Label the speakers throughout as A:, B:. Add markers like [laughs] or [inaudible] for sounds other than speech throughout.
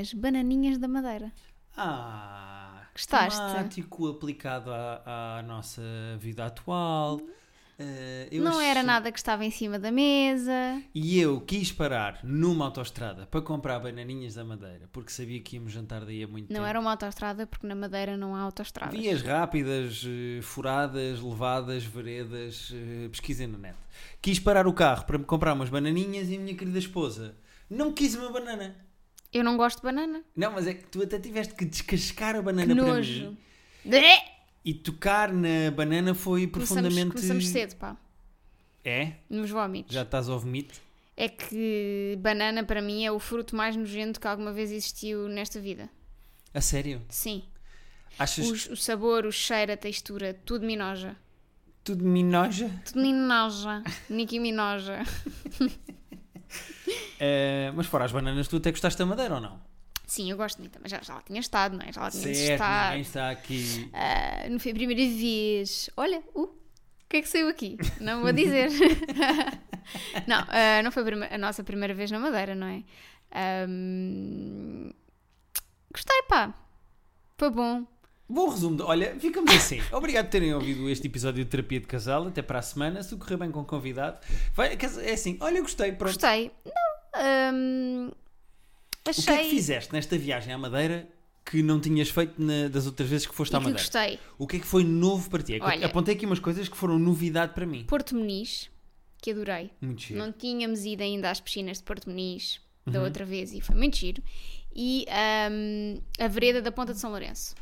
A: as bananinhas da Madeira.
B: Ah,
A: Gostaste?
B: temático aplicado à, à nossa vida atual. Eh, eu
A: Uhum. não era
B: achei-
A: nada que estava em cima da mesa.
B: E eu quis parar numa autoestrada para comprar bananinhas da Madeira, porque sabia que íamos jantar daí a muito
A: Não
B: tempo.
A: era uma autoestrada, porque na Madeira não há autoestradas.
B: Vias rápidas, eh, furadas, levadas, veredas, eh, pesquisem na net. Quis parar o carro para me comprar umas bananinhas e a minha querida esposa não quis uma banana.
A: Eu não gosto de banana.
B: Não, mas é que tu até tiveste que descascar a
A: Que
B: banana para
A: nojo.
B: mim. é
A: Bleh!
B: E tocar na banana foi
A: Começamos,
B: profundamente.
A: começamos cedo, pá.
B: É?
A: Nos vómitos.
B: Já estás ao vomito?
A: É que banana para mim é o fruto mais nojento que alguma vez existiu nesta vida.
B: A sério?
A: Sim.
B: Achas que
A: Os- o sabor, o cheiro, a textura, tudo me noja.
B: tudo me noja?
A: Tudo me
B: [laughs]
A: noja. Nicki me noja.
B: Eh, mas fora as bananas, tu até gostaste da madeira ou não?
A: Sim, eu gosto muito, mas já, já lá tinha estado, não é? Já lá tinha
B: certo,
A: estado.
B: ninguém está aqui.
A: Ah, não foi a primeira vez. Olha, uh, o que é que saiu aqui? Não vou dizer. [laughs] não, ah, não foi a, prime- a nossa primeira vez na Madeira, não é? Ahm, Gostei, pá. Foi bom.
B: Bom resumo. de- Olha, ficamos [laughs] assim. Obrigado por terem ouvido este episódio de Terapia de Casal. Até para a semana. Se tudo correr bem com o convidado. Vai, quer dizer, é assim, olha, eu gostei. Pronto.
A: Gostei. Não, ahm,
B: o
A: achei
B: que é que fizeste nesta viagem à Madeira que não tinhas feito na- das outras vezes que foste à
A: e que
B: Madeira?
A: gostei.
B: O que é que foi novo para ti? É que eu
A: Olha.
B: apontei aqui umas coisas que foram novidade para mim.
A: Porto Meniz, que adorei.
B: Muito giro. Uhum.
A: Não tínhamos ido ainda às piscinas de Porto Meniz da outra vez e foi muito giro. E ahm, a vereda da Ponta de São Lourenço.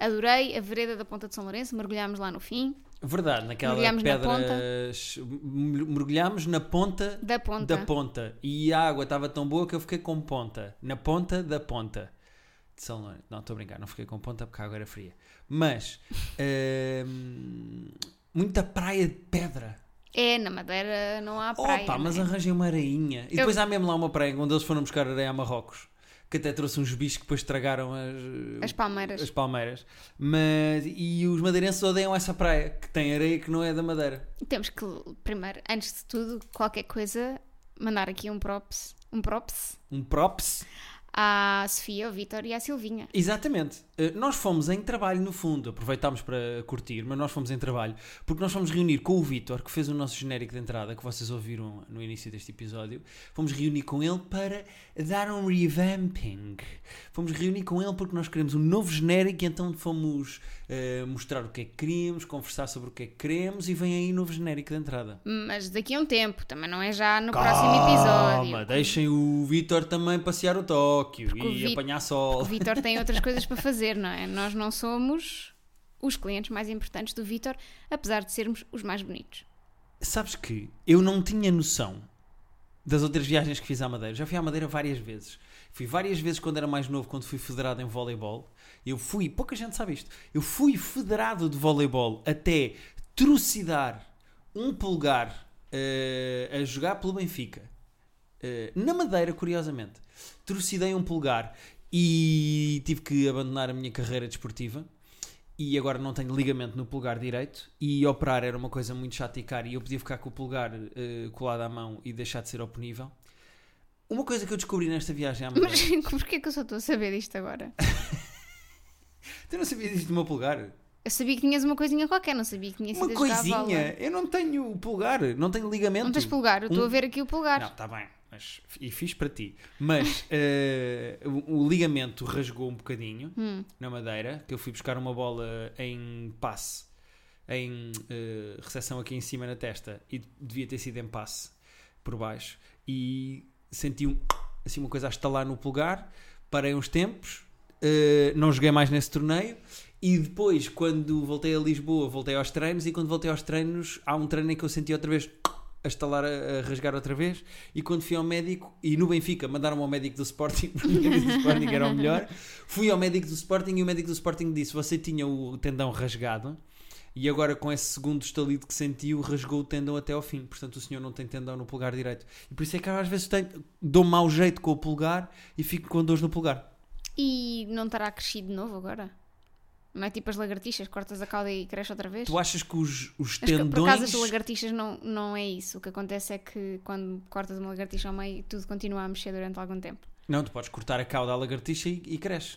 A: Adorei a vereda da Ponta de São Lourenço, mergulhámos lá no fim,
B: Verdade, naquela
A: Mergulhámos na
B: pedra.
A: ponta.
B: Mergulhámos na ponta
A: da ponta.
B: da ponta. E a água estava tão boa que eu fiquei com ponta. Na ponta da ponta. De São Lourenço. Não, estou a brincar, não fiquei com ponta porque a água era fria. Mas. hum, muita praia de pedra.
A: É, na Madeira não há praia.
B: Opa,
A: não
B: mas
A: é?
B: arranjei uma areinha. E
A: Eu-
B: depois há mesmo lá uma praia onde eles foram buscar areia a Marrocos. Que até trouxe uns bichos que depois estragaram as,
A: As palmeiras.
B: as palmeiras. Mas, e os madeirenses odeiam essa praia, que tem areia que não é da madeira.
A: Temos que, primeiro, antes de tudo, qualquer coisa, mandar aqui um props, um props
B: Um props.
A: à Sofia, ao Vítor e à Silvinha.
B: Exatamente. Eh, Nós fomos em trabalho, no fundo. Aproveitámos para curtir, mas nós fomos em trabalho. Porque nós fomos reunir com o Vítor, que fez o nosso genérico de entrada, que vocês ouviram no início deste episódio. Fomos reunir com ele para dar um revamping. Fomos reunir com ele porque nós queremos um novo genérico e então fomos eh, mostrar o que é que queríamos, conversar sobre o que é que queremos e vem aí o novo genérico de entrada.
A: Mas daqui a um tempo, também não é já no próximo episódio.
B: Calma, Ah, deixem o Vítor também passear o Tóquio
A: Porque o
B: e
A: Vi-
B: apanhar sol.
A: O Vitor tem outras coisas para fazer, não é? Nós não somos os clientes mais importantes do Vitor, apesar de sermos os mais bonitos.
B: Sabes que eu não tinha noção das outras viagens que fiz à Madeira. Já fui à Madeira várias vezes. Fui várias vezes quando era mais novo, quando fui federado em voleibol. Eu fui, pouca gente sabe isto, eu fui federado de voleibol até trucidar um polegar eh, a jogar pelo Benfica. Eh, na Madeira, curiosamente. Trucidei um polegar e tive que abandonar a minha carreira desportiva e agora não tenho ligamento no polegar direito e operar era uma coisa muito chata e cara e eu podia ficar com o polegar eh, colado à mão e deixar de ser oponível. Uma coisa que eu descobri nesta viagem à Madeira...
A: Mas [laughs] porquê que eu só estou a saber disto agora?
B: Tu não sabias isto do meu polegar?
A: Eu sabia que tinhas uma coisinha qualquer, não sabia que tinha sido
B: Uma coisinha! Eu não tenho polegar, não tenho ligamento.
A: Não tens pulgar, eu estou
B: Um-
A: a ver aqui o
B: Não,
A: pulgar.
B: está bem, mas e fiz para ti. Mas eh, o, o ligamento rasgou um bocadinho na madeira, que eu fui buscar uma bola em passe, em eh, recepção aqui em cima na testa, e devia ter sido em passe por baixo, e senti um, assim, uma coisa a estalar no pulgar, parei uns tempos, eh, não joguei mais nesse torneio. E depois, quando voltei a Lisboa, voltei aos treinos. E quando voltei aos treinos, há um treino em que eu senti outra vez a estalar, a, a rasgar outra vez. E quando fui ao médico, e no Benfica, mandaram ao médico do Sporting, [laughs] porque o médico do Sporting era o melhor. Fui ao médico do Sporting e o médico do Sporting disse: Você tinha o tendão rasgado. E agora, com esse segundo estalido que sentiu, rasgou o tendão até ao fim. Portanto, o senhor não tem tendão no pulgar direito. E por isso é que eu, às vezes tenho, dou mau jeito com o pulgar e fico com dores no pulgar.
A: E não terá crescido de novo agora? Não é tipo as lagartixas, cortas a cauda e cresce outra vez?
B: Tu achas que os,
A: Mas
B: os
A: que-
B: tendões.
A: Por causa das lagartixas não, não é isso. O que acontece é que quando cortas uma lagartixa ao meio, tudo continua a mexer durante algum tempo.
B: Não, tu podes cortar a cauda à lagartixa e, e cresce.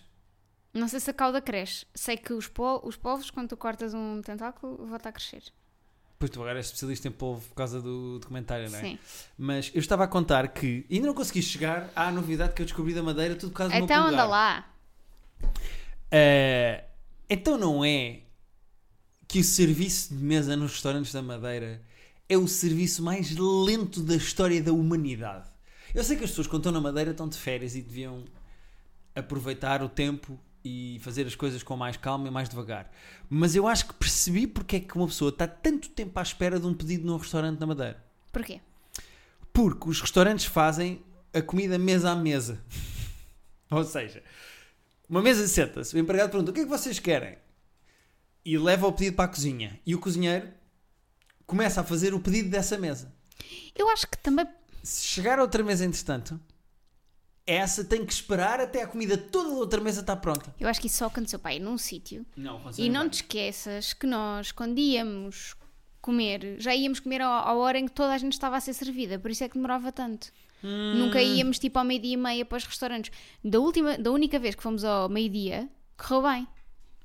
A: Não sei se a cauda cresce. Sei que os, po os polvos, quando tu cortas um tentáculo, volta a crescer.
B: Pois tu agora és especialista em polvo por causa do documentário, não é?
A: Sim.
B: Mas eu estava a contar que ainda não consegui chegar à novidade que eu descobri da madeira, tudo por causa do meu
A: Então
B: pulgar.
A: anda lá.
B: Ah, então não é que o serviço de mesa nos restaurantes da Madeira é o serviço mais lento da história da humanidade. Eu sei que as pessoas quando estão na Madeira estão de férias e deviam aproveitar o tempo e fazer as coisas com mais calma e mais devagar. Mas eu acho que percebi porque é que uma pessoa está tanto tempo à espera de um pedido num restaurante na Madeira.
A: Porquê?
B: Porque os restaurantes fazem a comida mesa a mesa. [laughs] Ou seja, uma mesa senta-se, o empregado pergunta o que é que vocês querem? E leva o pedido para a cozinha. E o cozinheiro começa a fazer o pedido dessa mesa.
A: Eu acho que também.
B: Se chegar a outra mesa, entretanto, essa tem que esperar até a comida toda da outra mesa está pronta.
A: Eu acho que isso só aconteceu para ir num sítio.
B: Não,
A: E não te esqueças que nós, quando íamos comer, já íamos comer à à hora em que toda a gente estava a ser servida, por isso é que demorava tanto.
B: Hum.
A: Nunca íamos tipo ao meio-dia e meia para os restaurantes. Da, última, da única vez que fomos ao meio-dia, correu bem.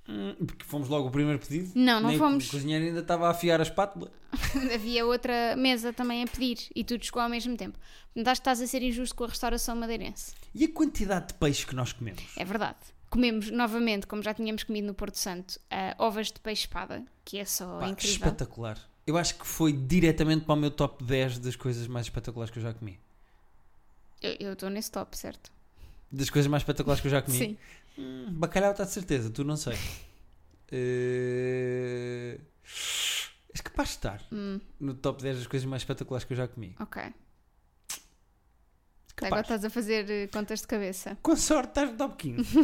B: Hum, Porque fomos logo o primeiro pedido.
A: Não, não
B: Nem
A: fomos.
B: O cozinheiro ainda estava a afiar a espátula.
A: [laughs] Havia outra mesa também a pedir e tudo chegou ao mesmo tempo. Portanto, acho que estás a ser injusto com a restauração madeirense.
B: E a quantidade de peixe que nós comemos?
A: É verdade. Comemos novamente, como já tínhamos comido no Porto Santo, ah, ovas de peixe-espada, que é só
B: Pá,
A: incrível.
B: espetacular. Eu acho que foi diretamente para o meu top 10 das coisas mais espetaculares que eu já comi.
A: Eu- Eu estou nesse top, certo?
B: Das coisas mais espetaculares que eu já comi.
A: Sim.
B: Hum, bacalhau está de certeza, tu não sei. [laughs] Eh, És capaz de estar
A: Hum,
B: no top 10 das coisas mais espetaculares que eu já comi.
A: ok. Agora
B: Capaz.
A: estás a fazer eh, contas de cabeça.
B: Com sorte estás no top 15.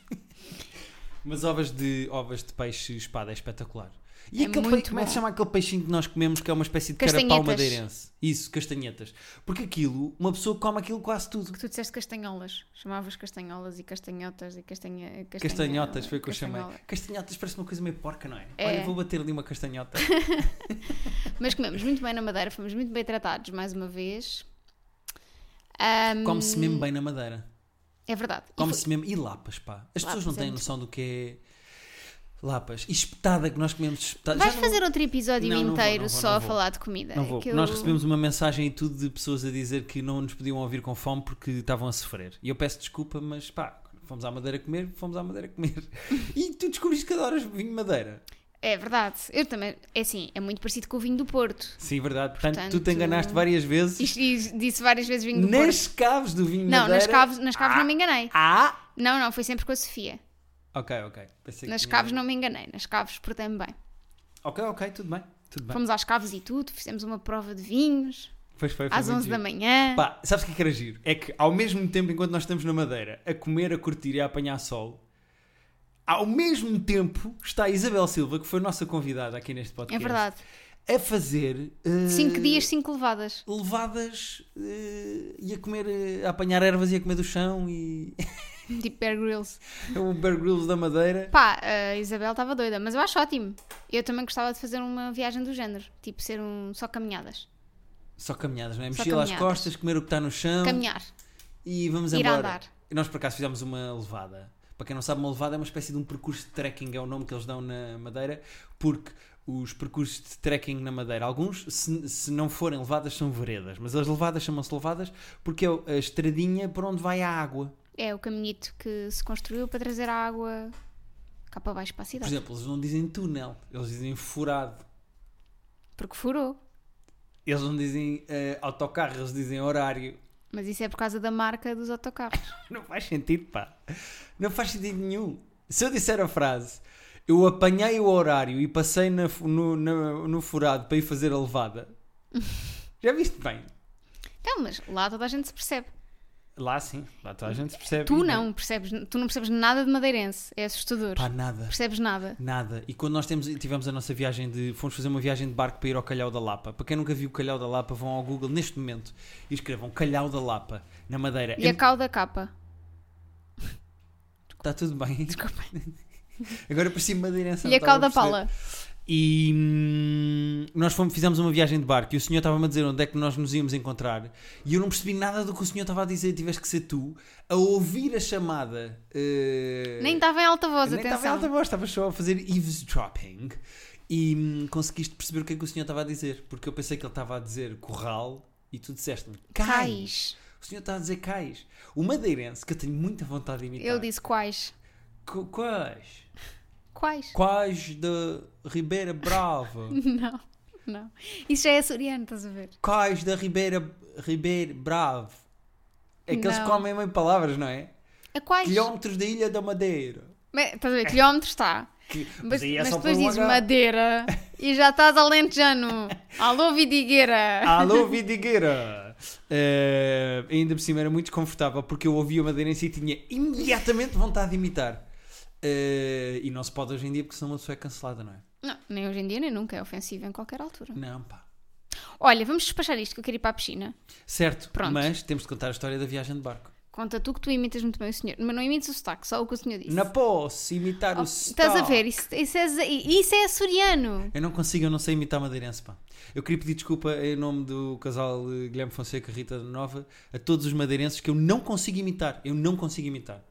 B: [laughs] Mas ovas de, ovas de peixe espada é espetacular. E
A: É
B: aquele
A: muito
B: peixe, como é
A: bom.
B: que se chama aquele peixinho que nós comemos que é uma espécie de carapau
A: Castanhetas.
B: madeirense? Isso, castanhetas. Porque aquilo, uma pessoa come aquilo quase tudo.
A: Que tu disseste castanholas. Chamavas castanholas e castanhotas e castanha, eh, castanha-
B: Castanhotas, foi o que eu chamei.
A: castanhola.
B: Castanhotas parece uma coisa meio porca, não é?
A: É.
B: Olha, vou bater ali uma castanhota.
A: Mas comemos muito bem na Madeira, fomos muito bem tratados, mais uma vez. Ahm,
B: Come-se mesmo bem na madeira.
A: É verdade. [laughs] E foi-
B: Come-se mesmo. E lapas, pá. As
A: Lapas
B: pessoas não
A: é
B: têm
A: muito
B: noção do que é lapas. E espetada que nós comemos. de Espetada.
A: Vais
B: Já
A: fazer outro episódio
B: Não, não vou,
A: inteiro
B: não vou,
A: só
B: não
A: a
B: vou.
A: falar de comida.
B: Não, não vou.
A: É Que eu-
B: Nós recebemos um uma mensagem e tudo de pessoas a dizer que não nos podiam ouvir com fome porque estavam a sofrer. E eu peço desculpa, mas pá, fomos à madeira comer, fomos à madeira comer. [laughs] e tu descobriste que adoras vinho de madeira.
A: É verdade. Eu também. É assim, é muito parecido com o vinho do Porto.
B: Sim, verdade. Portanto, tu te
A: Portanto,
B: enganaste várias vezes.
A: E disse várias vezes vinho do Porto.
B: Nas caves do vinho de
A: Não,
B: madeira.
A: nas caves, nas caves não me enganei.
B: Ah!
A: Não, não, foi sempre com a Sofia.
B: Ok, ok. Pensei
A: Nas
B: que
A: caves não me enganei, nas caves portei-me bem.
B: Ok, ok, tudo bem. Tudo bem.
A: Fomos às caves e tudo, fizemos uma prova de vinhos
B: Pois foi, foi
A: às
B: muito
A: 11 da
B: giro.
A: manhã.
B: Pá, sabes o que é que era giro? É que ao mesmo tempo, enquanto nós estamos na Madeira a comer, a curtir e a apanhar sol, ao mesmo tempo está a Isabel Silva, que foi nossa convidada aqui neste
A: é
B: podcast,
A: verdade.
B: a fazer
A: 5
B: eh,
A: dias, 5 levadas. [laughs]
B: levadas eh, e a comer, eh, a apanhar ervas e a comer do chão e [laughs]
A: Tipo Bear Grylls.
B: é o Bear Grylls da Madeira.
A: Pá, a Isabel estava doida, mas eu acho ótimo. Eu também gostava de fazer uma viagem do género. Tipo, ser um só caminhadas.
B: Só caminhadas, não é?
A: Só
B: Mochila às
A: caminhadas.
B: costas, comer o que está no chão.
A: Caminhar.
B: E vamos
A: Ir
B: embora.
A: andar.
B: Nós por acaso fizemos uma levada. Para quem não sabe, uma levada é uma espécie de um percurso de trekking, é o nome que eles dão na Madeira, porque os percursos de trekking na Madeira, alguns, se, se não forem levadas, são veredas, mas as levadas chamam-se levadas porque é a estradinha por onde vai a água.
A: É o caminhito que se construiu para trazer a água cá para baixo para a
B: Por
A: cidade.
B: exemplo, eles não dizem túnel, eles dizem furado.
A: Porque furou.
B: Eles não dizem eh, autocarro, eles dizem horário.
A: Mas isso é por causa da marca dos autocarros. [laughs]
B: Não faz sentido, pá. Não faz sentido nenhum. Se eu disser a frase, eu apanhei o horário e passei na fu- no, na- no furado para ir fazer a [laughs] levada. Já viste bem?
A: Então, mas lá toda a gente se percebe.
B: Lá sim, lá toda a gente se percebe.
A: Tu não percebes, tu não percebes nada de madeirense. É assustador.
B: Pá, nada.
A: Percebes nada.
B: Nada. E quando nós temos, tivemos a nossa viagem de. Fomos fazer uma viagem de barco para ir ao Calhau da Lapa. Para quem nunca viu o Calhau da Lapa, vão ao Google neste momento e escrevam Calhau da Lapa na Madeira.
A: E
B: É-
A: a cal da capa.
B: Está tudo bem.
A: Desculpa.
B: tá [laughs] Agora parecia madeirense.
A: E
B: não
A: a
B: estava
A: cal da
B: tá perceber.
A: pala.
B: E hum, nós fomos, fizemos uma viagem de barco e o senhor estava-me a dizer onde é que nós nos íamos encontrar e eu não percebi nada do que o senhor estava a dizer, tiveste que ser tu a ouvir a chamada. eh,
A: Nem estava em alta voz,
B: nem estava em
A: atenção.
B: alta voz, estava só a fazer eavesdropping e hum, conseguiste perceber o que é que o senhor estava a dizer, porque eu pensei que ele estava a dizer corral e tu disseste-me cais.
A: Cais.
B: O senhor está a dizer cais. O madeirense, que eu tenho muita vontade de imitar.
A: Ele disse quais.
B: "Qu- Quais?
A: Quais?
B: Quais da Ribeira Brava?
A: Não, não. Isso já é açoriano, estás a ver?
B: Cais da Ribeira, Ribeira Bravo. É que eles
A: Não.
B: comem meio palavras, não é?
A: A quais?
B: Quilómetros da Ilha da Madeira.
A: Mas, estás a ver? Quilómetro está.
B: Que-
A: Mas,
B: aí é
A: mas
B: só
A: depois
B: por um
A: dizes
B: H. [laughs]
A: madeira e já estás alentejano. Alô, Vidigueira. [laughs]
B: Alô, Vidigueira! Eh, ainda por cima era muito desconfortável porque eu ouvia madeirense e tinha imediatamente vontade de imitar. Eh, e não se pode hoje em dia porque senão uma pessoa é cancelada, não é?
A: Não, nem hoje em dia, nem nunca. É ofensivo em qualquer altura.
B: Não, pá.
A: Olha, vamos despachar isto que eu quero ir para a piscina.
B: Certo,
A: Pronto.
B: mas temos de contar a história da viagem de barco.
A: Conta tu que tu imitas muito bem o senhor. Mas não imites o sotaque, só o que o senhor disse.
B: Na posse, imitar
A: Oh,
B: o
A: estás a
B: sotaque.
A: ver? Isso, isso é, isso é açoriano.
B: Eu não consigo, eu não sei imitar madeirense, pá. Eu queria pedir desculpa em nome do casal eh, Guilherme Fonseca e Rita Nova a todos os madeirenses que eu não consigo imitar. Eu não consigo imitar.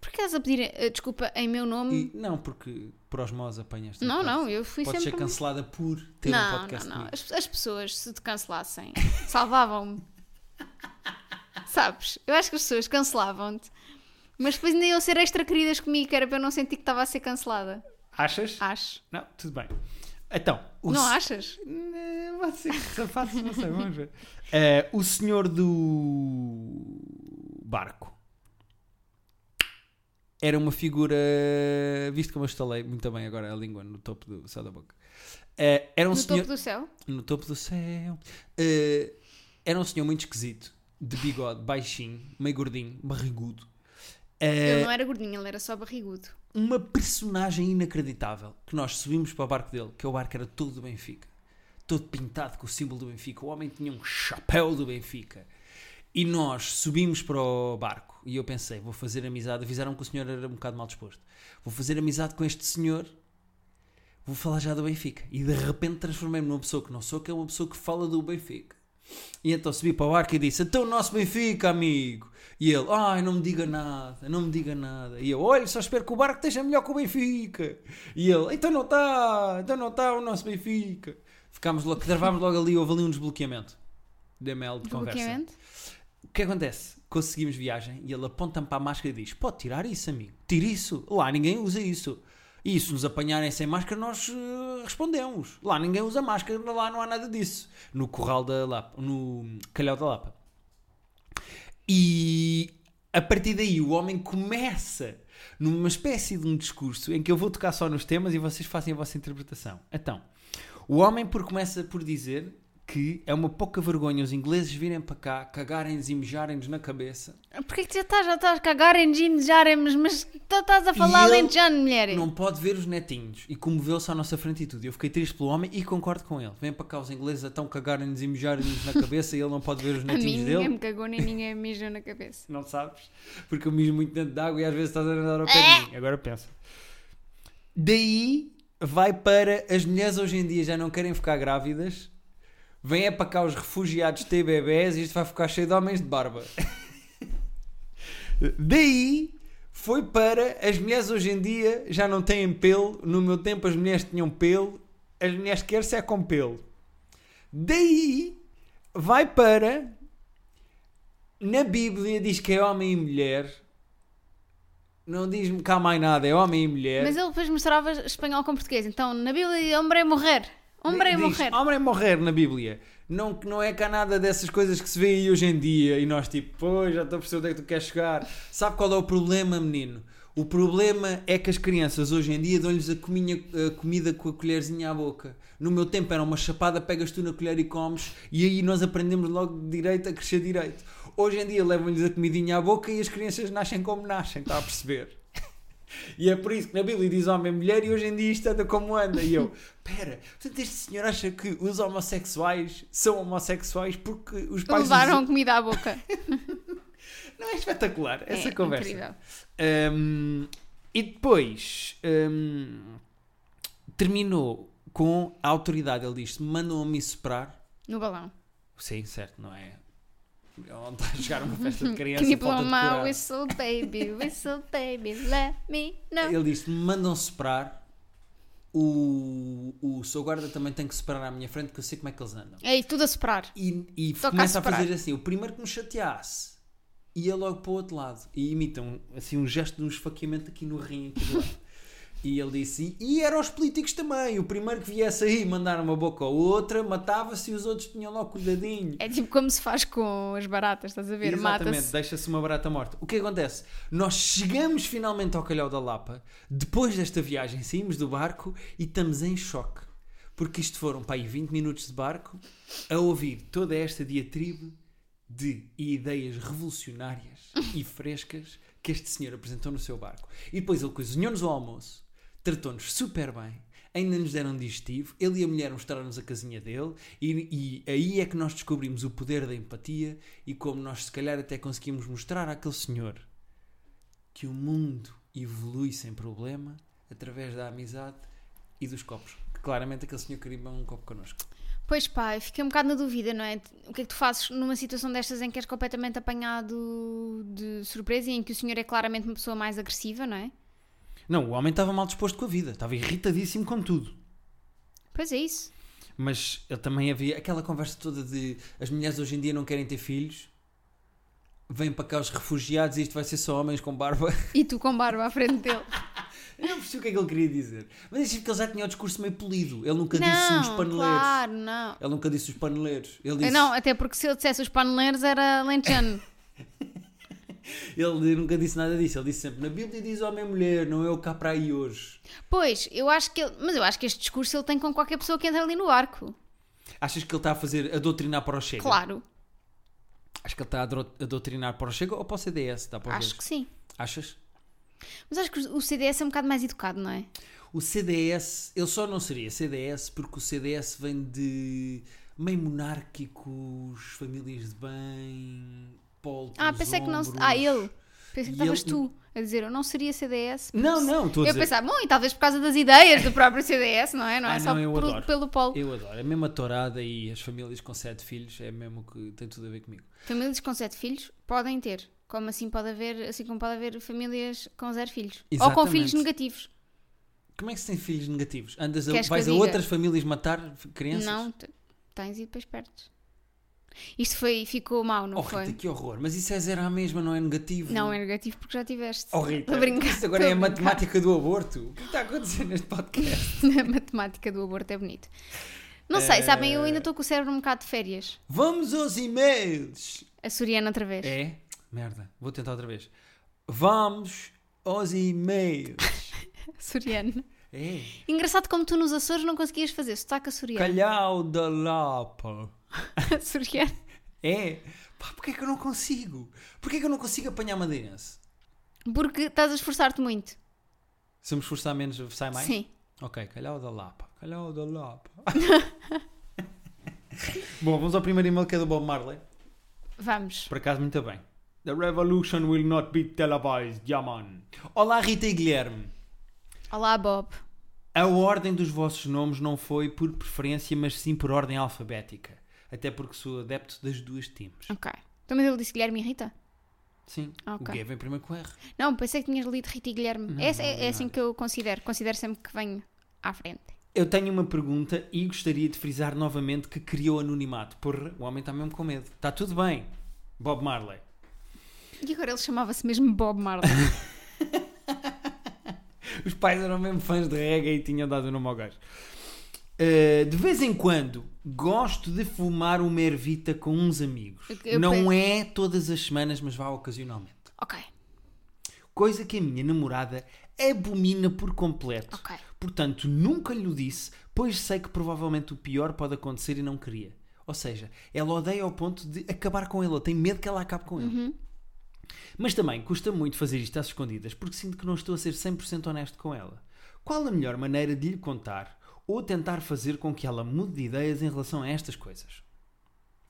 A: Por que estás a pedir eh, desculpa em meu nome?
B: E não, porque por osmose apanhas.
A: Não, não, eu fui
B: Pode ser
A: sempre.
B: cancelada por ter um
A: não,
B: podcast
A: não, não.
B: comigo.
A: As, as pessoas, se te cancelassem,
B: [laughs]
A: salvavam-me. Sabes? Eu acho que as pessoas cancelavam-te. Mas depois ainda iam ser extra queridas comigo, que era para eu não sentir que estava a ser cancelada.
B: Achas?
A: Acho.
B: Não, tudo bem. Então, o
A: Ah. não
B: se-
A: achas?
B: Não, Pode ser que safasse, não sei, vamos [laughs] ver. Eh, o senhor do barco era uma figura, visto como eu estalei muito bem agora a língua no topo do céu da boca. Eh, era um
A: no
B: senhor
A: topo do céu?
B: no topo do céu. Eh, era um senhor muito esquisito, de bigode, baixinho, meio gordinho, barrigudo. Eh,
A: Ele não era gordinho, ele era só barrigudo.
B: uma personagem inacreditável que nós subimos para o barco dele, que é o barco era todo do Benfica, todo pintado com o símbolo do Benfica. O homem tinha um chapéu do Benfica. E nós subimos para o barco e eu pensei, vou fazer amizade. Avisaram que o senhor era um bocado mal disposto. Vou fazer amizade com este senhor, vou falar já do Benfica. E de repente transformei-me numa pessoa que não sou, que é uma pessoa que fala do Benfica. E então subi para o barco e disse: Até o nosso Benfica, amigo. E ele: Ai, não me diga nada, não me diga nada. E eu: Olha, só espero que o barco esteja melhor que o Benfica. E ele: Então não está, então não está o nosso Benfica. Ficámos logo, travámos logo ali, houve ali um desbloqueamento. De ML de conversa.
A: Bloqueamento?
B: O que acontece? Conseguimos viagem e ele aponta-me para a máscara e diz: Pode tirar isso, amigo. Tira isso. Lá ninguém usa isso. E se nos apanharem sem máscara, nós eh, respondemos. Lá ninguém usa máscara, lá não há nada disso. No Corral da Lapa, no Calhau da Lapa. E a partir daí o homem começa numa espécie de um discurso em que eu vou tocar só nos temas e vocês fazem a vossa interpretação. Então, o homem por começa por dizer que é uma pouca vergonha os ingleses virem para cá, cagarem-nos e mijarem-nos na cabeça.
A: Porquê que tu já estás, já estás a cagar em jeans, já mas, mas tu estás a falar
B: ele
A: alentejano, mulher?
B: Não pode ver os netinhos. E comoveu-se à nossa frente e tudo. Eu fiquei triste pelo homem e concordo com ele. Vem para cá os ingleses a tão cagarem-nos e mijarem-nos na cabeça e ele não pode ver os
A: [laughs] A mim é
B: netinhos
A: ninguém
B: dele.
A: me cagou nem ninguém me mijou na cabeça.
B: Não sabes? Porque eu mijo muito dentro de água e às vezes estás a nadar ao pé de mim. Agora pensa. Daí vai para as mulheres hoje em dia já não querem ficar grávidas. Vêm é para cá os refugiados ter bebés e isto vai ficar cheio de homens de barba. [laughs] Daí foi para as mulheres hoje em dia já não têm pelo. No meu tempo as mulheres tinham pelo. As mulheres querem se é com pelo. Daí vai para na Bíblia diz que é homem e mulher. Não diz-me cá mais nada, é homem e mulher.
A: Mas ele depois mostrava espanhol com português. Então, na Bíblia, homem é morrer. Homem é
B: Diz,
A: morrer.
B: Homem é morrer na Bíblia. Não, não é cá nada dessas coisas que se vê aí hoje em dia. E nós, tipo, pois, já estou a perceber onde é que tu queres chegar. Sabe qual é o problema, menino? O problema é que as crianças hoje em dia dão-lhes a, cominha- a comida com a colherzinha à boca. No meu tempo era uma chapada, pegas tu na colher e comes, e aí nós aprendemos logo de direito a crescer direito. Hoje em dia levam-lhes a comidinha à boca e as crianças nascem como nascem, está a perceber? E é por isso que na Bíblia diz homem e mulher e hoje em dia isto anda como anda. E eu, [laughs] pera, portanto este senhor acha que os homossexuais são homossexuais porque os pais... os-
A: Levaram comida à boca.
B: Não é espetacular [laughs] essa
A: É
B: conversa? Hum,
A: incrível.
B: Um, e depois um, hum, terminou com a autoridade. Ele disse: mandam-me soprar.
A: No balão.
B: Sim, certo, não é? Onde está a chegar uma festa
A: [laughs]
B: de criança
A: Can
B: e
A: you
B: falta
A: blow
B: de
A: my
B: coragem.
A: Tipo, whistle, baby? Whistle, baby, let me know.
B: Ele disse: mandam soprar. O, o seu guarda também tem que soprar à minha frente, que eu sei como é que eles andam.
A: Ei, tudo a soprar.
B: E, e
A: Toca a
B: começa a
A: soprar.
B: fazer assim: o primeiro que me chateasse ia logo para o outro lado. E imitam assim um gesto de um esfaqueamento aqui no rim. aqui do
A: [laughs]
B: lado. e ele disse: e era aos políticos também. O primeiro que viesse aí mandar uma boca ou outra, matava-se e os outros tinham logo cuidadinho.
A: É tipo como se faz com as baratas, estás a ver?
B: Exatamente,
A: Mata-se.
B: deixa-se uma barata morta. O que acontece? Nós chegamos finalmente ao Calhau da Lapa, depois desta viagem saímos do barco e estamos em choque. Porque isto foram para aí 20 minutos de barco a ouvir toda esta diatribe de ideias revolucionárias e frescas que este senhor apresentou no seu barco. E depois ele cozinhou-nos o almoço, tratou-nos super bem, ainda nos deram digestivo, ele e a mulher mostraram-nos a casinha dele, e, e aí é que nós descobrimos o poder da empatia e como nós, se calhar, até conseguimos mostrar àquele senhor que o mundo evolui sem problema através da amizade e dos copos. Que claramente aquele senhor queria beber um copo connosco.
A: Pois pá, eu fiquei um bocado na dúvida, não é? O que é que tu fazes numa situação destas em que és completamente apanhado de surpresa e em que o senhor é claramente uma pessoa mais agressiva, não é?
B: Não, o homem estava mal disposto com a vida, estava irritadíssimo com tudo.
A: Pois é isso.
B: Mas ele também havia aquela conversa toda de as mulheres hoje em dia não querem ter filhos, vêm para cá os refugiados e isto vai ser só homens com barba. [laughs]
A: E tu com barba à frente dele.
B: Eu não percebi o que é que ele queria dizer. Mas eu achei que ele já tinha o discurso meio polido. Ele nunca disse os
A: não,
B: paneleiros.
A: claro, não.
B: Ele nunca disse os paneleiros. Ele disse,
A: Não, até porque se ele dissesse os paneleiros era lentejano.
B: ele nunca disse nada disso. Ele disse sempre: na Bíblia diz homem e mulher, não eu cá para aí hoje.
A: Pois, eu acho que ele. Mas eu acho que este discurso ele tem com qualquer pessoa que entra ali no arco.
B: Achas que ele está a fazer a doutrinar para o Chega?
A: Claro,
B: Acho que ele está a dro- a doutrinar para o Chega ou para o CDS? Dá para os
A: acho
B: dois?
A: que sim.
B: Achas?
A: Mas acho que o CDS é um bocado mais educado, não é?
B: O CDS, ele só não seria CDS porque o CDS vem de meio monárquicos, famílias de bem, polo
A: Ah,
B: pelos
A: pensei que não.
B: ombros.
A: Ah, ele. Pensei que
B: E
A: estavas
B: ele-
A: tu a dizer, eu não seria CDS. porque
B: Não,
A: se-
B: não, estou a
A: Eu
B: dizer.
A: pensava, bom, e talvez por causa das ideias do próprio CDS, não é? Não é
B: Ah,
A: só
B: não, eu
A: por-
B: adoro.
A: pelo polo.
B: Eu adoro, é mesmo a tourada e as famílias com sete filhos, é mesmo que tem tudo a ver comigo.
A: Famílias com sete filhos podem ter. Como assim pode haver, assim como pode haver famílias com zero filhos. Ou com
B: Exatamente.
A: filhos negativos.
B: Como é que se tem filhos negativos? Andas a,
A: Queres que
B: vais
A: eu
B: a
A: diga?
B: outras famílias matar f- crianças?
A: Não, t- tens e depois perdes. Isto foi, ficou mal, não
B: Oh,
A: foi?
B: Rita, que horror. Mas isso é zero à mesma, não é negativo?
A: Não, é negativo porque já tiveste.
B: Oh, Rita,
A: Estou a brincar,
B: isso agora é a
A: estou a brincar.
B: matemática do aborto. O que está a acontecer neste podcast?
A: A [laughs] matemática do aborto é bonito. Não sei, sabem, eu ainda estou com o cérebro um bocado de férias.
B: Vamos aos e-mails!
A: A Soriana outra vez.
B: É? Merda, vou tentar outra vez. Vamos aos e-mails.
A: Soriana.
B: [laughs] É.
A: Engraçado como tu nos Açores não conseguias fazer sotaque a Soriana.
B: Calhau da Lapa.
A: [laughs] Soriana.
B: É. Pá, porquê que eu não consigo? Porquê é que eu não consigo apanhar madeirense?
A: Porque estás a esforçar-te muito.
B: Se me esforçar menos, sai mais?
A: Sim.
B: Ok, Calhau da Lapa. Calhau da [laughs] Lapa. Bom, vamos ao primeiro e-mail que é do Bob Marley.
A: Vamos.
B: Por acaso, muito bem. The revolution will not be televised, Yaman. Olá, Rita e Guilherme.
A: Olá, Bob.
B: A ordem dos vossos nomes não foi por preferência, mas sim por ordem alfabética. Até porque sou adepto das duas times.
A: Ok. Então, mas ele disse Guilherme e Rita?
B: Sim.
A: Ok.
B: O G vem primeiro com o R.
A: Não, pensei que tinhas lido Rita e Guilherme.
B: Não,
A: Essa é,
B: não,
A: é
B: não.
A: assim que eu considero. Considero sempre que venho à frente.
B: Eu tenho uma pergunta e gostaria de frisar novamente que criou anonimato. Porra, o homem está mesmo com medo. Está tudo bem. Bob Marley.
A: E agora ele chamava-se mesmo Bob
B: [laughs]
A: Marley.
B: Os pais eram mesmo fãs de reggae e tinham dado o nome ao gajo. Uh, de vez em quando gosto de fumar uma ervita com uns amigos.
A: Eu- eu
B: Não
A: penso-
B: é todas as semanas, mas vá ocasionalmente.
A: ok,
B: coisa que a minha namorada abomina por completo.
A: ok.
B: Portanto, nunca lhe o disse, pois sei que provavelmente o pior pode acontecer e não queria. Ou seja, ela odeia ao ponto de acabar com ele, ela tem medo que ela acabe com ele. Mas também custa muito fazer isto às escondidas, porque sinto que não estou a ser 100% honesto com ela. Qual a melhor maneira de lhe contar ou tentar fazer com que ela mude de ideias em relação a estas coisas?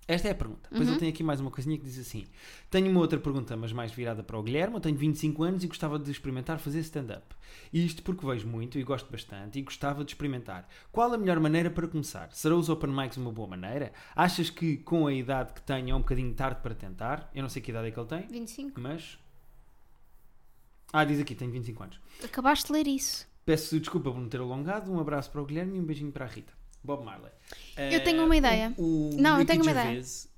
B: Esta é a pergunta. Depois ele tem aqui mais uma coisinha que diz assim: Tenho uma outra pergunta, mas mais virada para o Guilherme. Eu tenho 25 anos e gostava de experimentar fazer stand-up. E Isto porque vejo muito e gosto bastante e gostava de experimentar. Qual a melhor maneira para começar? Será os open mics uma boa maneira? Achas que com a idade que tenho é um bocadinho tarde para tentar? Eu não sei que idade é que ele tem,
A: 25.
B: mas. Ah, diz aqui: tenho 25 anos.
A: Acabaste de ler isso.
B: Peço desculpa por me ter alongado. Um abraço para o Guilherme e um beijinho para a Rita. Bob Marley. Eh,
A: Eu tenho uma ideia.
B: O, o
A: Não, eu
B: Ricky
A: tenho uma ideia. Uhum.
B: Gervais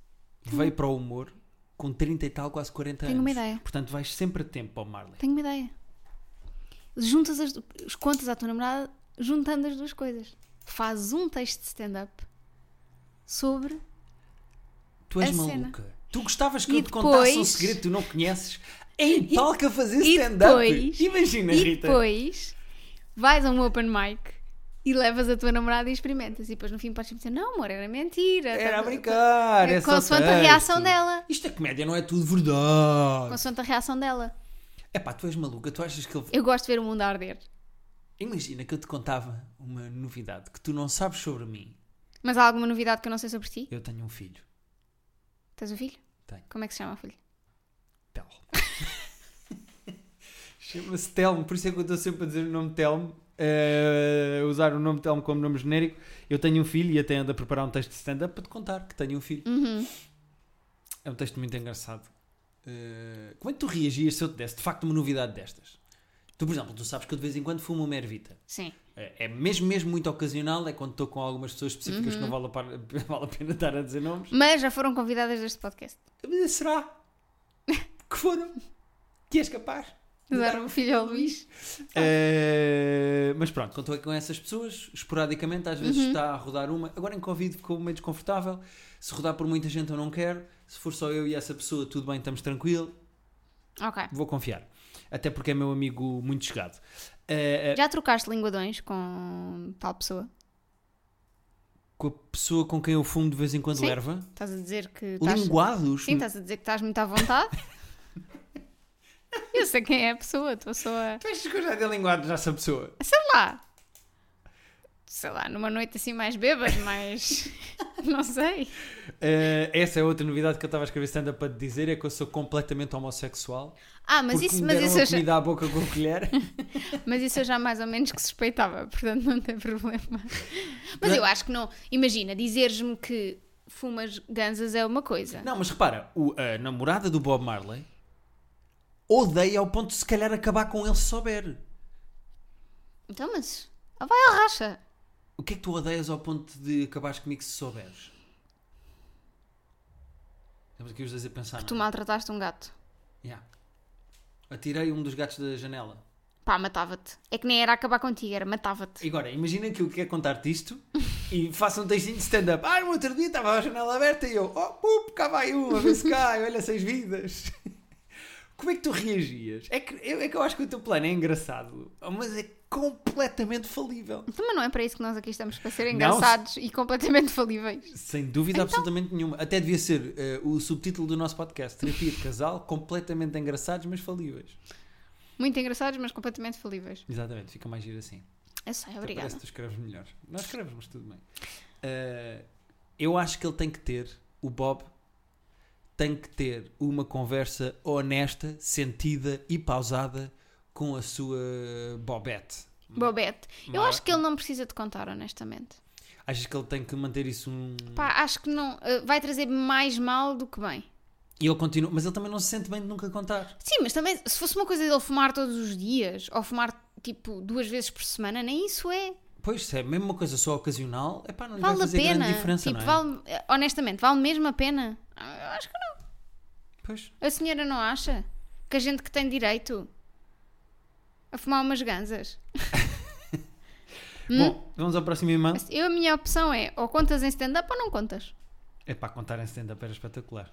B: veio para o humor com 30 e tal, quase 40
A: Tenho
B: anos.
A: uma ideia.
B: Portanto, vais sempre a tempo, Bob Marley.
A: Tenho uma ideia. Juntas as, os contas à tua namorada, juntando as duas coisas. Fazes um texto de stand-up sobre.
B: Tu és
A: A cena.
B: maluca. Tu gostavas que
A: E
B: eu te contasse um
A: depois-
B: segredo que tu não conheces em palco a fazer
A: e
B: stand-up.
A: depois-
B: Imagina,
A: e
B: Rita.
A: depois vais a um open mic e levas a tua namorada e experimentas. E depois no fim podes sempre dizer: Não, amor, era mentira.
B: Era a
A: Tá- tá-
B: brincar. É só
A: Consoante a
B: texto.
A: reação dela.
B: Isto é comédia, não é tudo verdade.
A: Consoante a reação dela.
B: É pá, tu és maluca. Tu achas que ele
A: Eu gosto de ver o mundo a arder.
B: Imagina que eu te contava uma novidade que tu não sabes sobre mim.
A: Mas há alguma novidade que eu não sei sobre ti?
B: Eu tenho um filho.
A: Tens um filho?
B: Tenho.
A: Como é que se chama o filho?
B: Telmo. [laughs] Chama-se Telmo, por isso é que eu estou sempre a dizer o nome Telmo. eh, usar o nome Telmo como nome genérico. Eu tenho um filho e até ando a preparar um texto de stand-up para te contar que tenho um filho.
A: Uhum.
B: É um texto muito engraçado. Eh, como é que tu reagias se eu te desse de facto uma novidade destas? Tu, por exemplo, tu sabes que eu de vez em quando fumo uma ervita.
A: Sim.
B: É é mesmo, mesmo muito ocasional, é quando estou com algumas pessoas específicas que não vale a, par- [laughs] vale a pena estar a dizer nomes.
A: Mas já foram convidadas deste podcast.
B: Mas Será? Que foram? Que és capaz?
A: De dar um filho ao Luís.
B: Eh, mas pronto, contou com essas pessoas, esporadicamente, às
A: Uhum.
B: vezes está a rodar uma. Agora em Covid ficou meio desconfortável. Se rodar por muita gente eu não quero. Se for só eu e essa pessoa, tudo bem, estamos tranquilo.
A: Ok.
B: Vou confiar. Até porque é meu amigo muito chegado. Eh, eh,
A: Já trocaste linguadões com tal pessoa?
B: com a pessoa com quem eu fumo de vez em quando
A: Sim.
B: erva.
A: Estás a dizer que estás.
B: Linguados?
A: Sim, tá. estás a dizer que estás muito à vontade? [laughs] eu sei quem é a pessoa, estou só a.
B: Tu achas que eu já dei linguados a essa pessoa?
A: Sei lá. Sei lá, numa noite assim mais bêbado, mas. [laughs] Não sei.
B: Eh, essa é outra novidade que eu estava a escrever stand-up para te dizer: é que eu sou completamente homossexual.
A: Ah, mas
B: porque
A: isso,
B: me
A: mas,
B: deram
A: isso
B: a
A: eu já,
B: comida à boca com a
A: [laughs]
B: colher.
A: mas isso eu já mais ou menos que suspeitava, portanto não tem problema. Mas eu acho que não. Imagina, dizeres-me que fumas ganzas é uma coisa.
B: Não, mas repara, o- a namorada do Bob Marley odeia ao ponto de se calhar acabar com ele se souber.
A: Então, mas. Ah, vai à racha.
B: O que é que tu odeias ao ponto de acabares comigo se souberes? Estamos aqui os dois a pensar,
A: Tu
B: não é?
A: maltrataste um gato.
B: Yeah. Atirei um dos gatos da janela.
A: Pá, matava-te. É que nem era acabar contigo, era matava-te.
B: E Agora, imagina que eu quero contar-te isto e faço um textinho de stand-up. Ah, no outro dia estava a janela aberta e eu, oh, pup, cá vai um, a ver se cai, olha seis vidas. [laughs] Como é que tu reagias? É que, eu, é que eu acho que o teu plano é engraçado, mas é completamente falível.
A: Também não é para isso que nós aqui estamos, para ser
B: Não,
A: engraçados e completamente [laughs] falíveis.
B: Sem dúvida absolutamente nenhuma. Até devia ser eh, o subtítulo do nosso podcast, Terapia de Casal, completamente engraçados, mas falíveis.
A: Muito engraçados, mas completamente falíveis.
B: Exatamente, fica mais giro assim.
A: Eu sei,
B: Até
A: obrigada.
B: Parece que tu escreves melhor. Nós escrevemos, mas tudo bem. Eh, eu acho que ele tem que ter, o Bob, tem que ter uma conversa honesta, sentida e pausada com a sua Bobette.
A: Bobete. Eu
B: Mar-
A: acho que ele não precisa de contar, honestamente.
B: Achas que ele tem que manter isso um.
A: Pá, acho que não. eh, Vai trazer mais mal do que bem.
B: E ele continua. Mas ele também não se sente bem de nunca contar.
A: Sim, mas também, se fosse uma coisa dele fumar todos os dias, ou fumar tipo duas vezes por semana, nem isso é.
B: Pois, se é mesmo uma coisa só ocasional, é pá, não lhe
A: Vale
B: vai
A: a
B: fazer
A: pena.
B: grande diferença,
A: Tipo,
B: não é?
A: vale, eh, honestamente, vale mesmo a pena? Ah, Eu acho que não.
B: Pois.
A: A senhora não acha? Que a gente que tem direito a fumar umas ganzas. Hum?
B: Bom, vamos ao próximo e-mail.
A: Eu, a minha opção é ou contas em stand-up ou não contas.
B: É pá, contar em stand-up era espetacular.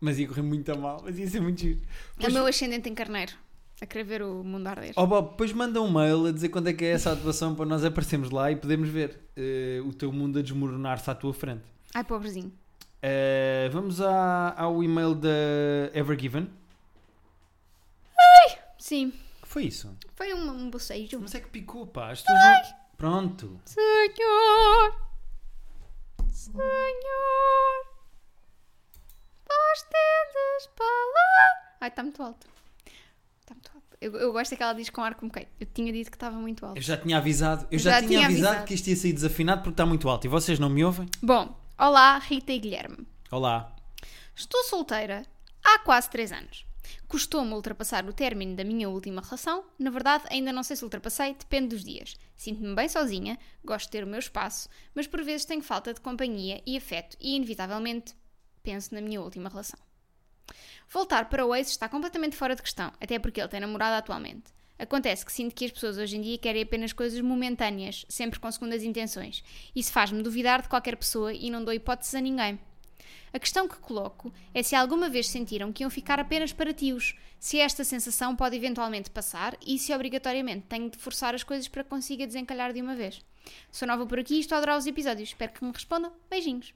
B: Mas ia correr muito a mal, mas ia ser muito giro.
A: É o
B: Pois,
A: meu ascendente em carneiro. A querer ver o mundo arder.
B: oh Bob, depois manda um mail a dizer quando é que é essa atuação para nós aparecermos lá e podemos ver eh, o teu mundo a desmoronar-se à tua frente.
A: Ai, pobrezinho.
B: Eh, vamos à- ao e-mail da Evergiven.
A: Sim,
B: que foi isso?
A: foi um, um bocejo.
B: Mas é que picou, pá. As pessoas não- Pronto.
A: Senhor! Senhor, vós tendes palavra. Ai, está muito alto. Está muito alto. Eu, eu gosto daquela diz com ar como quem? Eu tinha dito que estava muito alto.
B: Eu já tinha avisado, eu já,
A: Já
B: tinha,
A: tinha
B: avisado,
A: avisado.
B: que isto ia sair desafinado porque está muito alto e vocês não me ouvem?
A: Bom, olá, Rita e Guilherme.
B: Olá.
A: Estou solteira há quase 3 anos. Custou-me ultrapassar o término da minha última relação. Na verdade, ainda não sei se ultrapassei, depende dos dias. Sinto-me bem sozinha, gosto de ter o meu espaço, mas por vezes tenho falta de companhia e afeto e, inevitavelmente, penso na minha última relação. Voltar para o ex está completamente fora de questão, até porque ele tem namorado atualmente. Acontece que sinto que as pessoas hoje em dia querem apenas coisas momentâneas, sempre com segundas intenções. Isso faz-me duvidar de qualquer pessoa e não dou hipóteses a ninguém. A questão que coloco é se alguma vez sentiram que iam ficar apenas para tios, se esta sensação pode eventualmente passar e se obrigatoriamente tenho de forçar as coisas para que consiga desencalhar de uma vez. Sou nova por aqui e estou a adorar os episódios. Espero que me respondam. Beijinhos.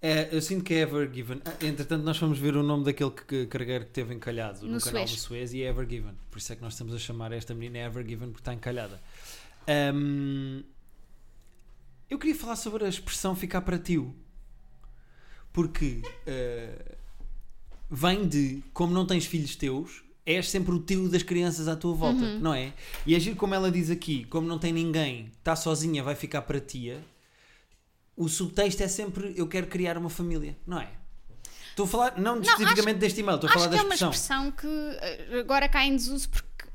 B: É, eu sinto que é Ever Given. Ah, Entretanto, nós fomos ver o nome daquele que- que cargueiro que teve encalhado no,
A: No
B: canal
A: Suez.
B: do Suez e é Ever Given. Por isso é que nós estamos a chamar esta menina é Ever Given porque está encalhada. Ahm, eu queria falar sobre a expressão ficar para tio. Porque ah, vem de como não tens filhos teus, és sempre o tio das crianças à tua volta,
A: Uhum.
B: não é? E agir como ela diz aqui, como não tem ninguém, está sozinha, vai ficar para tia. O subtexto é sempre eu quero criar uma família, não é? Estou a falar, não, especificamente deste e-mail, estou a falar
A: Acho
B: da
A: que é uma
B: expressão.
A: expressão que eh, agora cai em desuso porque,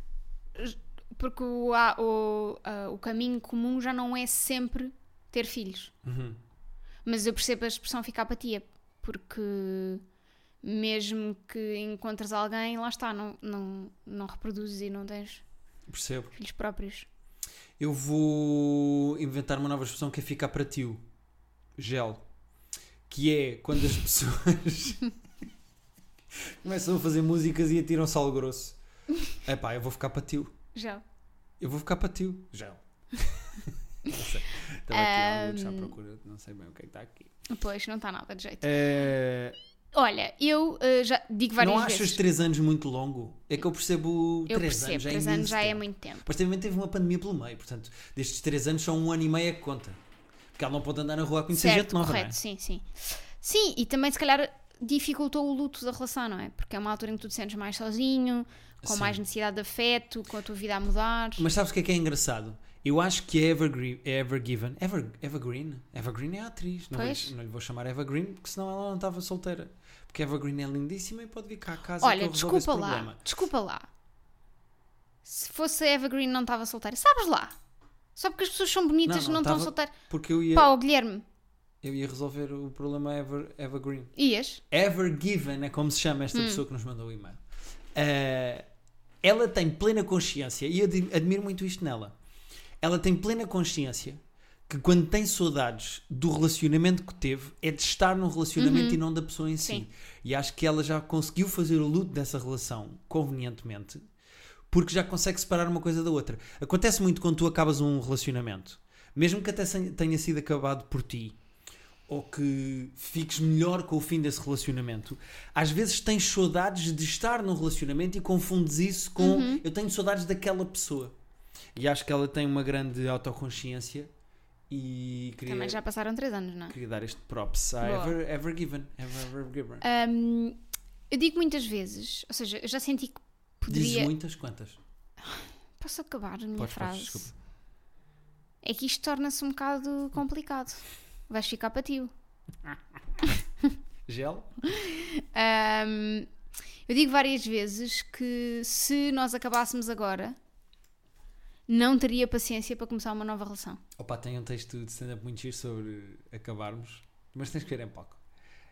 A: porque o, a- o, ah, o caminho comum já não é sempre ter filhos.
B: Uhum.
A: Mas eu percebo a expressão ficar apatia, porque mesmo que encontres alguém, lá está, não, não, não reproduzes e não tens
B: Percebo.
A: filhos próprios.
B: Eu vou inventar uma nova expressão que é ficar para tio. Gel. Que é quando as [laughs] pessoas começam a fazer músicas e atiram sal grosso. Epá, eu vou ficar para tio.
A: Já.
B: Eu vou ficar para tio. Gel. [laughs] não sei. Estava aqui há muito à procura, não sei bem o que é que está aqui.
A: Pois, não está nada de jeito.
B: Eh,
A: Olha, eu eh, já digo várias
B: não
A: vezes.
B: achas 3 anos muito longo? É que eu percebo
A: eu
B: 3
A: percebo,
B: anos.
A: três
B: é
A: anos já é
B: imenso tempo.
A: muito tempo.
B: Mas também teve uma pandemia pelo meio, portanto, destes 3 anos só um ano e meio é que conta. Porque ela não pode andar na rua a conhecer gente
A: Certo,
B: nova,
A: correto,
B: não é?
A: sim, sim. Sim, e também se calhar dificultou o luto da relação, não é? Porque é uma altura em que tu te sentes mais sozinho, com
B: Sim.
A: mais necessidade de afeto, com a tua vida a mudar.
B: Mas sabes o que é que é engraçado? Eu acho que a Evergreen, a Evergiven, Ever, Evergreen, Evergreen é a atriz, não,
A: Pois.
B: lhe, não lhe vou chamar Evergreen porque senão ela não estava solteira. Porque a Evergreen é lindíssima e pode vir cá a casa é que
A: Olha,
B: eu resolvo esse
A: desculpa lá,
B: problema.
A: desculpa lá. Se fosse a Evergreen não estava solteira, sabes lá? Só porque as pessoas são bonitas não,
B: Não, não,
A: estão
B: tava-
A: solteiras.
B: Porque eu ia,
A: Pá, o Guilherme,
B: eu ia resolver o problema Ever, Evergreen.
A: ias?
B: Evergiven é como se chama esta pessoa que nos mandou o e-mail. Eh, ela tem plena consciência, e eu admi- admiro muito isto nela. Ela tem plena consciência que quando tem saudades do relacionamento que teve, é de estar num relacionamento e não da pessoa em si.
A: Sim.
B: E acho que ela já conseguiu fazer o luto dessa relação convenientemente, porque já consegue separar uma coisa da outra. Acontece muito quando tu acabas um relacionamento, mesmo que até sen- tenha sido acabado por ti, ou que fiques melhor com o fim desse relacionamento, às vezes tens saudades de estar num relacionamento e confundes isso com
A: Uhum.
B: eu tenho saudades daquela pessoa. E acho que ela tem uma grande autoconsciência e queria,
A: Também já passaram três anos, não é?
B: queria dar este props a
A: Boa.
B: Ever, Ever Given. Ever, Ever Given.
A: Hum, eu digo muitas vezes, ou seja, eu já senti que
B: Dizes
A: poderia.
B: muitas quantas?
A: Posso acabar a minha
B: Podes, podes,
A: frase?
B: desculpa.
A: é que isto torna-se um bocado complicado. Vais ficar para ti.
B: Gel?
A: Hum, eu digo várias vezes que se nós acabássemos agora, não teria paciência para começar uma nova relação.
B: Opa, tem um texto de stand-up muito giro sobre acabarmos, mas tens que ver em pouco.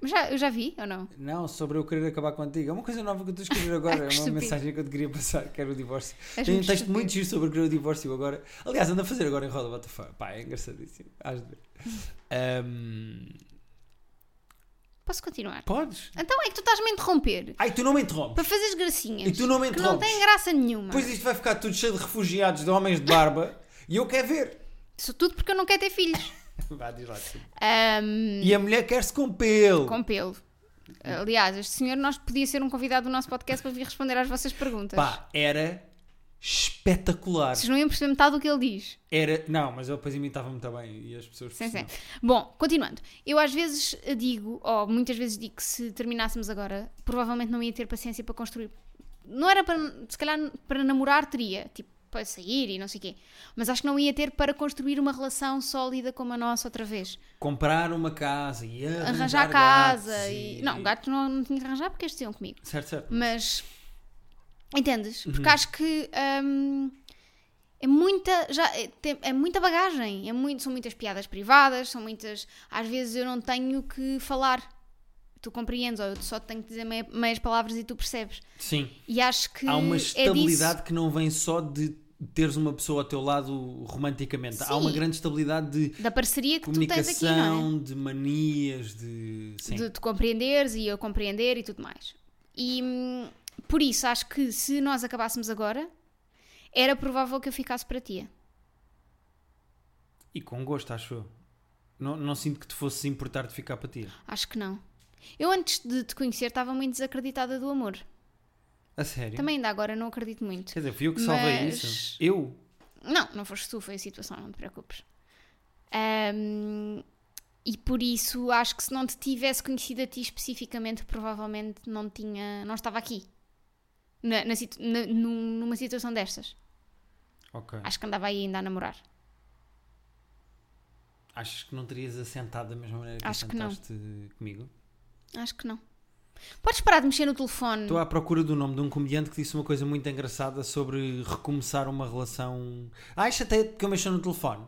A: Mas já, eu já vi, ou não?
B: Não, sobre eu querer acabar contigo. É uma coisa nova que eu estou a escrever agora.
A: [laughs] Ai,
B: é
A: que
B: uma
A: estúpido.
B: mensagem que eu te queria passar, que era o divórcio.
A: És
B: Tem um
A: muito
B: texto
A: estúpido.
B: muito giro sobre querer o divórcio agora. Aliás, anda a fazer agora em roda, what the fuck. Pá, é engraçadíssimo. Hás de ver.
A: [laughs]
B: Ahm,
A: Posso continuar?
B: podes?
A: Então é que tu estás-me a interromper
B: Ai, tu não me interrompes.
A: para fazeres gracinhas
B: E tu não me
A: que não
B: interrompes. é.
A: têm graça nenhuma.
B: Depois isto vai ficar tudo cheio de refugiados, de homens de barba. e eu quero ver. [laughs]
A: Isso tudo porque eu não quero ter filhos.
B: Vá, diz lá. desculpa.
A: Ahm,
B: E a mulher quer-se com pelo.
A: com pelo. Aliás, este senhor nós podia ser um convidado do nosso podcast para vir responder às vossas perguntas.
B: Pá, era espetacular.
A: Vocês não iam perceber metade do que ele diz.
B: Era, não, mas ele depois imitava muito bem e as pessoas
A: Sim, sim.
B: percebiam.
A: Bom, continuando. Eu às vezes digo, ou muitas vezes digo, que se terminássemos agora, provavelmente não ia ter paciência para construir. Não era para, se calhar, para namorar teria, tipo, para sair e não sei o quê. Mas acho que não ia ter para construir uma relação sólida como a nossa outra vez.
B: Comprar uma casa e arranjar,
A: Arranjar casa
B: gatos
A: e... Não, gatos não, não tinha que arranjar porque eles tinham comigo.
B: Certo, certo.
A: Mas entendes?
B: Uhum.
A: Porque acho que hum, é muita já é, tem- é muita bagagem, é muito, são muitas piadas privadas, são muitas. Às vezes eu não tenho que falar. Tu compreendes, ou eu só tenho que dizer meia- meias palavras e tu percebes.
B: Sim.
A: E acho que
B: Há uma
A: é
B: estabilidade
A: disso.
B: que não vem só de teres uma pessoa ao teu lado romanticamente. Há uma
A: Sim.
B: grande estabilidade de
A: da parceria que tu tens aqui, não é?
B: comunicação, de manias, de. Sim.
A: de te compreenderes e eu compreender e tudo mais. E hum, por isso acho que se nós acabássemos agora, era provável que eu ficasse para ti.
B: E com gosto, acho eu. Não, não sinto que te fosse importar de ficar para ti.
A: Acho que não. Eu antes de te conhecer estava muito desacreditada do amor.
B: A sério.
A: Também ainda agora não acredito muito.
B: Quer dizer, fui eu que salvei
A: Mas-
B: isso. Eu?
A: Não, não foste tu, foi a situação, não te preocupes. Ahm, e por isso acho que se não te tivesse conhecido a ti especificamente, provavelmente não tinha, não estava aqui. Na- na situ- na- num- numa situação destas.
B: Ok.
A: Acho que andava aí ainda a namorar.
B: Achas que não terias assentado da mesma maneira que
A: Acho que não.
B: assentaste comigo?
A: Acho que não. Podes parar de mexer no telefone.
B: Estou à procura do nome de um comediante que disse uma coisa muito engraçada sobre recomeçar uma relação. Ah, até que eu mexo no telefone.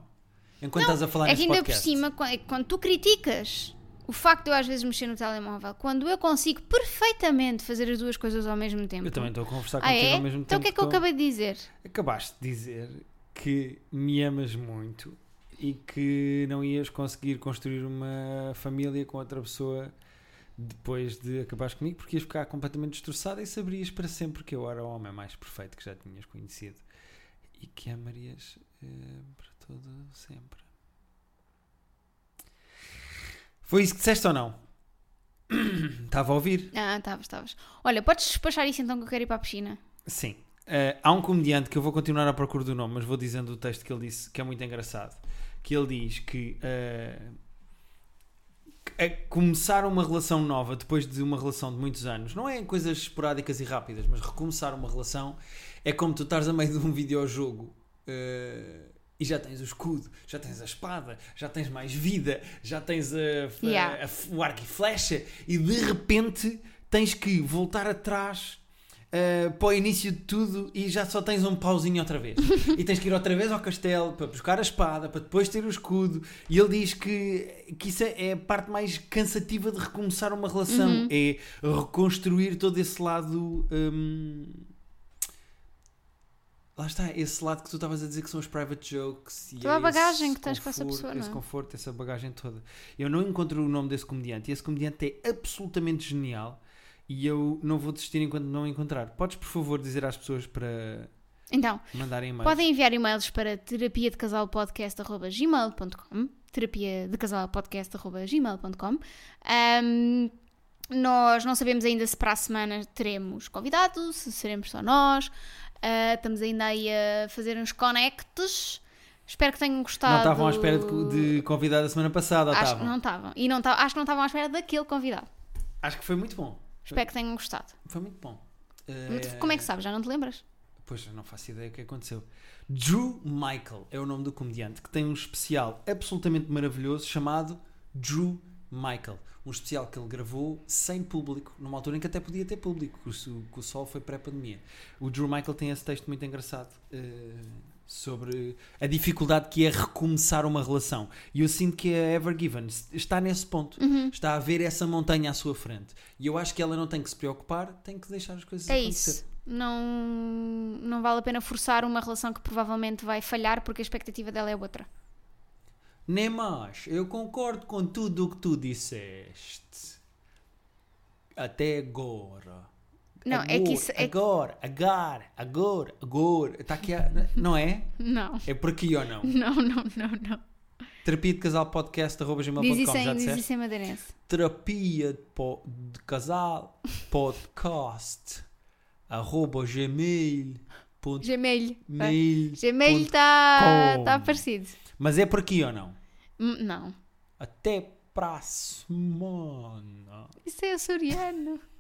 B: Enquanto estás a falar
A: É que
B: neste
A: ainda por
B: podcast.
A: cima, quan- é que quando tu criticas o facto de eu às vezes mexer no telemóvel, quando eu consigo perfeitamente fazer as duas coisas ao mesmo tempo.
B: Eu também estou a conversar
A: Ah,
B: contigo
A: é?
B: ao mesmo tempo.
A: então o que é que eu
B: estou-
A: acabei de dizer?
B: Acabaste de dizer que me amas muito e que não ias conseguir construir uma família com outra pessoa depois de acabares comigo, porque ias ficar completamente destroçada e saberias para sempre que eu era o homem mais perfeito que já tinhas conhecido e que amarias eh, para todo sempre. Foi isso que disseste ou não? [clears throat] Estava a ouvir.
A: Ah, estavas, estavas. Olha, podes despachar isso então que eu quero ir para a piscina.
B: Sim. Eh, há um comediante que eu vou continuar à procura do nome, mas vou dizendo o texto que ele disse, que é muito engraçado. Que ele diz que, eh, que, eh, começar uma relação nova depois de uma relação de muitos anos, não é em coisas esporádicas e rápidas, mas recomeçar uma relação é como tu estás a meio de um videojogo. eh, e já tens o escudo, já tens a espada, já tens mais vida, já tens a- a-
A: Yeah.
B: a- o arco e flecha, e de repente tens que voltar atrás uh, para o início de tudo e já só tens um pauzinho outra vez. e tens que ir outra vez ao castelo para buscar a espada, para depois ter o escudo. E ele diz que, que isso é é a parte mais cansativa de recomeçar uma relação.
A: Uhum.
B: É reconstruir todo esse lado. hum, Lá está, esse lado que tu estavas a dizer que são os private jokes e
A: Toda a
B: é
A: bagagem
B: esse
A: que tens com essa
B: conforto-
A: pessoa,
B: esse
A: não é?
B: conforto, essa bagagem toda. Eu não encontro o nome desse comediante e esse comediante é absolutamente genial e eu não vou desistir enquanto não encontrar. Podes, por favor, dizer às pessoas para
A: Então,
B: mandarem e-mails?
A: podem enviar e-mails para terapia de casal podcast.gmail.com terapia de casal podcast.gmail.com Ahm, Nós não sabemos ainda se para a semana teremos convidados, se seremos só nós. Ah, estamos ainda aí a fazer uns connects. Espero que tenham gostado.
B: Não estavam à espera de, de convidar a semana passada, ou
A: Acho que
B: estavam?
A: não estavam. E não ta- acho que não estavam à espera daquele convidado.
B: Acho que foi muito bom.
A: Espero que tenham gostado.
B: Foi muito bom. Eh,
A: Como é que sabes? Já não te lembras?
B: Pois, eu não faço ideia o que aconteceu. Drew Michael é o nome do comediante que tem um especial absolutamente maravilhoso chamado Drew Michael. Um especial que ele gravou sem público, numa altura em que até podia ter público, que o, su- que o sol foi pré-pandemia. O Drew Michael tem esse texto muito engraçado eh, sobre a dificuldade que é recomeçar uma relação. E eu sinto que a Ever Given s- está nesse ponto.
A: Uhum.
B: Está a ver essa montanha à sua frente. E eu acho que ela não tem que se preocupar, tem que deixar as coisas
A: É
B: acontecer.
A: isso. Não, não vale a pena forçar uma relação que provavelmente vai falhar porque a expectativa dela é outra.
B: Nem mais, eu concordo com tudo o que tu disseste. Até agora.
A: Não,
B: agora,
A: é que isso é. que-
B: Agora, agora, agora, agora. Está aqui a... Não é?
A: Não,
B: É por aqui ou não?
A: não, não, não, não.
B: Terapia de casal podcast, arroba
A: Diz
B: gmail.com,
A: isso
B: já
A: em, diz
B: disseste?
A: isso em madeirense.
B: Terapia de, po- de casal podcast, arroba gmail.com. ponto
A: Gemelho. Pá.
B: mail.
A: Gemelho
B: ponto
A: está
B: com.
A: tá parecido.
B: Mas é por aqui ou não?
A: Hum, Não.
B: Até para a semana.
A: Isso é açoriano.